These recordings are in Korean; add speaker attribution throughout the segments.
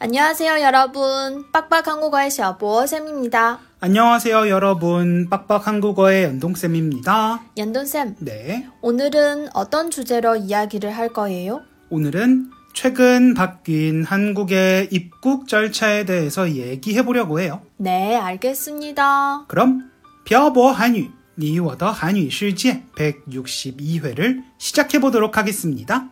Speaker 1: 안녕하세요, 여러분. 빡빡 한국어의 小博쌤입니다.
Speaker 2: 안녕하세요, 여러분. 빡빡 한국어의 연동쌤입니다.
Speaker 1: 연돈쌤,
Speaker 2: 네.
Speaker 1: 오늘은 어떤 주제로 이야기를 할 거예요?
Speaker 2: 오늘은 최근 바뀐 한국의 입국 절차에 대해서 얘기해 보려고 해요.
Speaker 1: 네, 알겠습니다.
Speaker 2: 그럼, 벼보 한유, 니워더 한유 실제 162회를 시작해 보도록 하겠습니다.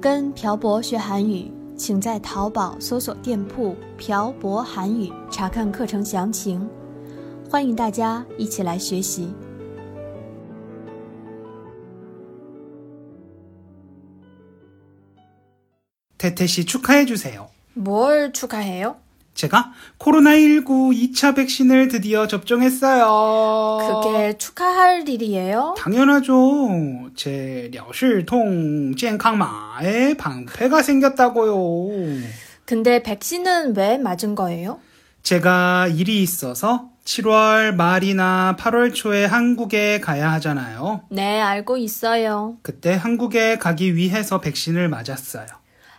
Speaker 1: 跟朴博学韩语，请在淘宝搜索店铺“朴博韩语”查看课程详情。欢迎大家一起来学习。
Speaker 2: 태태 씨 축하해 주세요.
Speaker 1: 뭘 축하해요?
Speaker 2: 제가 코로나19 2차 백신을 드디어 접종했어요.
Speaker 1: 그게 축하할 일이에요?
Speaker 2: 당연하죠. 제 려실통 健康마에 방패가 생겼다고요.
Speaker 1: 근데 백신은 왜 맞은 거예요?
Speaker 2: 제가 일이 있어서 7월 말이나 8월 초에 한국에 가야 하잖아요.
Speaker 1: 네, 알고 있어요.
Speaker 2: 그때 한국에 가기 위해서 백신을 맞았어요.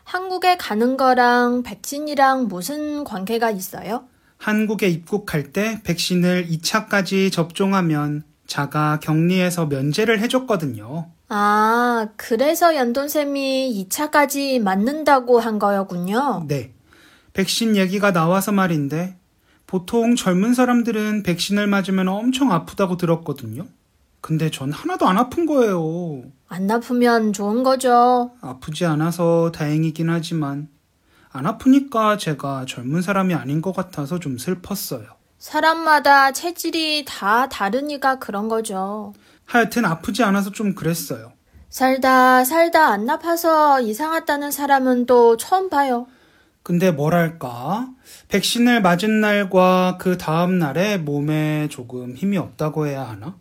Speaker 1: 한국에 가는 거랑 백신이랑 무슨 관계가 있어요?
Speaker 2: 한국에 입국할 때 백신을 2차까지 접종하면 자가 격리에서 면제를 해줬거든요.
Speaker 1: 아, 그래서 연돈쌤이 2차까지 맞는다고 한 거였군요.
Speaker 2: 네. 백신 얘기가 나와서 말인데, 보통 젊은 사람들은 백신을 맞으면 엄청 아프다고 들었거든요. 근데 전 하나도 안 아픈 거예요.
Speaker 1: 안 아프면 좋은 거죠.
Speaker 2: 아프지 않아서 다행이긴 하지만, 안 아프니까 제가 젊은 사람이 아닌 것 같아서 좀 슬펐어요.
Speaker 1: 사람마다 체질이 다 다르니까 그런 거죠.
Speaker 2: 하여튼 아프지 않아서 좀 그랬어요.
Speaker 1: 살다 살다 안 아파서 이상하다는 사람은 또 처음 봐요.
Speaker 2: 근데 뭐랄까, 백신을 맞은 날과 그 다음 날에 몸에 조금 힘이 없다고 해야 하나?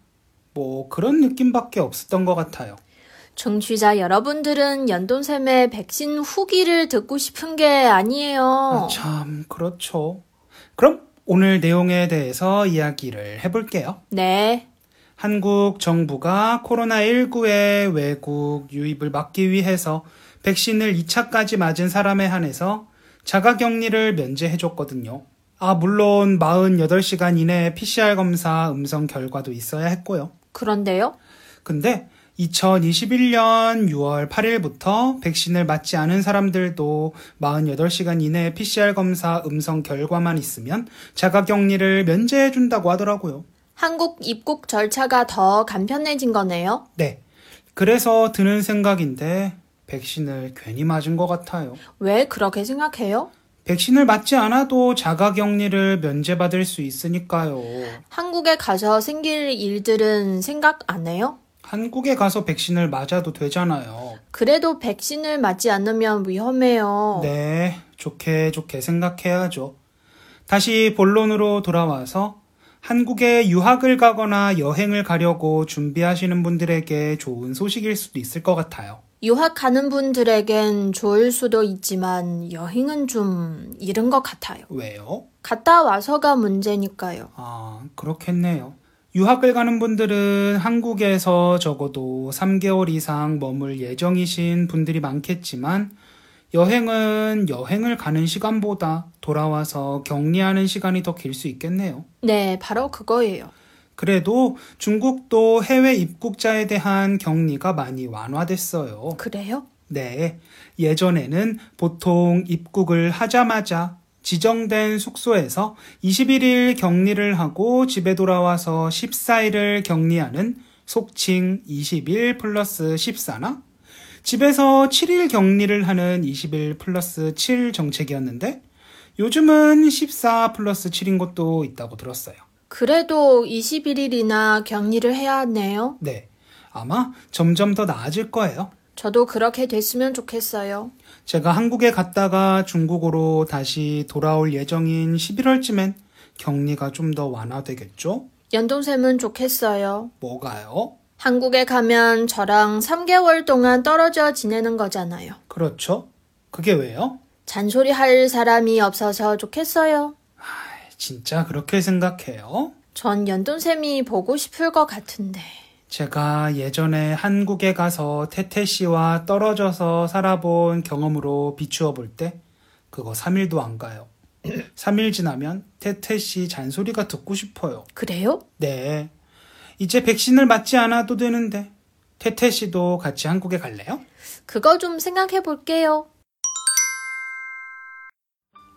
Speaker 2: 뭐 그런 느낌밖에 없었던 것 같아요.
Speaker 1: 정취자 여러분들은 연돈쌤의 백신 후기를 듣고 싶은 게 아니에요.
Speaker 2: 아, 참 그렇죠. 그럼 오늘 내용에 대해서 이야기를 해볼게요.
Speaker 1: 네.
Speaker 2: 한국 정부가 코로나19의 외국 유입을 막기 위해서 백신을 2차까지 맞은 사람에 한해서 자가격리를 면제해줬거든요. 아, 물론 48시간 이내에 PCR 검사 음성 결과도 있어야 했고요.
Speaker 1: 그런데요?
Speaker 2: 근데 2021년 6월 8일부터 백신을 맞지 않은 사람들도 48시간 이내에 PCR 검사 음성 결과만 있으면 자가 격리를 면제해 준다고 하더라고요.
Speaker 1: 한국 입국 절차가 더 간편해진 거네요.
Speaker 2: 네. 그래서 드는 생각인데 백신을 괜히 맞은 것 같아요.
Speaker 1: 왜 그렇게 생각해요?
Speaker 2: 백신을 맞지 않아도 자가 격리를 면제받을 수 있으니까요.
Speaker 1: 한국에 가서 생길 일들은 생각 안 해요?
Speaker 2: 한국에 가서 백신을 맞아도 되잖아요.
Speaker 1: 그래도 백신을 맞지 않으면 위험해요.
Speaker 2: 네, 좋게 좋게 생각해야죠. 다시 본론으로 돌아와서 한국에 유학을 가거나 여행을 가려고 준비하시는 분들에게 좋은 소식일 수도 있을 것 같아요.
Speaker 1: 유학 가는 분들에겐 좋을 수도 있지만 여행은 좀 이른 것 같아요.
Speaker 2: 왜요?
Speaker 1: 갔다 와서가 문제니까요.
Speaker 2: 아, 그렇겠네요. 유학을 가는 분들은 한국에서 적어도 3개월 이상 머물 예정이신 분들이 많겠지만, 여행은 여행을 가는 시간보다 돌아와서 격리하는 시간이 더 길 수 있겠네요.
Speaker 1: 네, 바로 그거예요.
Speaker 2: 그래도 중국도 해외 입국자에 대한 격리가 많이 완화됐어요.
Speaker 1: 그래요?
Speaker 2: 네. 예전에는 보통 입국을 하자마자 지정된 숙소에서 21일 격리를 하고 집에 돌아와서 14일을 격리하는 속칭 20일 플러스 14나 집에서 7일 격리를 하는 20일 플러스 7 정책이었는데 요즘은 14 플러스 7인 것도 있다고 들었어요.
Speaker 1: 그래도 21일이나 격리를 해야 하네요.
Speaker 2: 네. 아마 점점 더 나아질 거예요.
Speaker 1: 저도 그렇게 됐으면 좋겠어요.
Speaker 2: 제가 한국에 갔다가 중국으로 다시 돌아올 예정인 11월쯤엔 격리가 좀 더 완화되겠죠?
Speaker 1: 연동쌤은 좋겠어요.
Speaker 2: 뭐가요?
Speaker 1: 한국에 가면 저랑 3개월 동안 떨어져 지내는 거잖아요.
Speaker 2: 그렇죠? 그게 왜요?
Speaker 1: 잔소리 할 사람이 없어서 좋겠어요.
Speaker 2: 진짜 그렇게 생각해요?
Speaker 1: 전 연돈쌤이 보고 싶을 것 같은데.
Speaker 2: 제가 예전에 한국에 가서 태태 씨와 떨어져서 살아본 경험으로 비추어 볼 때 그거 3일도 안 가요. 3일 지나면 태태 씨 잔소리가 듣고 싶어요.
Speaker 1: 그래요?
Speaker 2: 네. 이제 백신을 맞지 않아도 되는데 태태 씨도 같이 한국에 갈래요?
Speaker 1: 그거 좀 생각해 볼게요.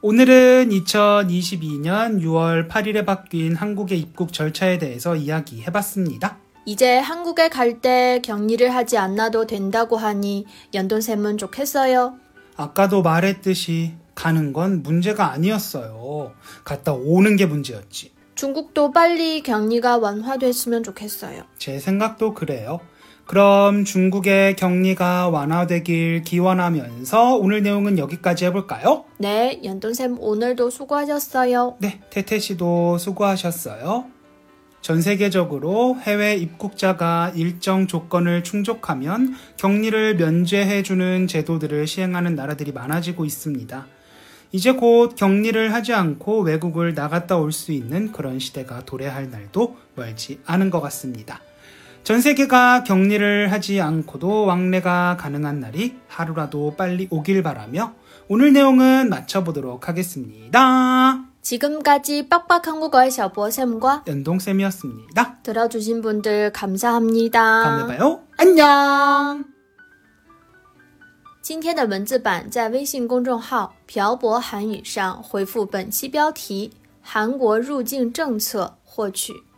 Speaker 2: 오늘은 2022년 6월 8일에 바뀐 한국의 입국 절차에 대해서 이야기해 봤습니다.
Speaker 1: 이제 한국에 갈 때 격리를 하지 않아도 된다고 하니 연돈쌤은 좋겠어요.
Speaker 2: 아까도 말했듯이 가는 건 문제가 아니었어요. 갔다 오는 게 문제였지.
Speaker 1: 중국도 빨리 격리가 완화됐으면 좋겠어요.
Speaker 2: 제 생각도 그래요. 그럼 중국의 격리가 완화되길 기원하면서 오늘 내용은 여기까지 해볼까요?
Speaker 1: 네, 연돈쌤 오늘도 수고하셨어요.
Speaker 2: 네, 태태 씨도 수고하셨어요. 전 세계적으로 해외 입국자가 일정 조건을 충족하면 격리를 면제해주는 제도들을 시행하는 나라들이 많아지고 있습니다. 이제 곧 격리를 하지 않고 외국을 나갔다 올 수 있는 그런 시대가 도래할 날도 멀지 않은 것 같습니다. 전 세계가 격리를 하지 않고도 왕래가 가능한 날이 하루라도 빨리 오길 바라며 오늘 내용은 마쳐보도록 하겠습니다.
Speaker 1: 지금까지 빡빡한국어의 셔보쌤과
Speaker 2: 연동쌤이었습니다.
Speaker 1: 들어주신 분들 감사합니다.
Speaker 2: 다음에 봐요.
Speaker 1: 아. 안녕。今天的文字版在微信公众号“漂泊韩语”上回复本期标题“韩国入境政策”获取。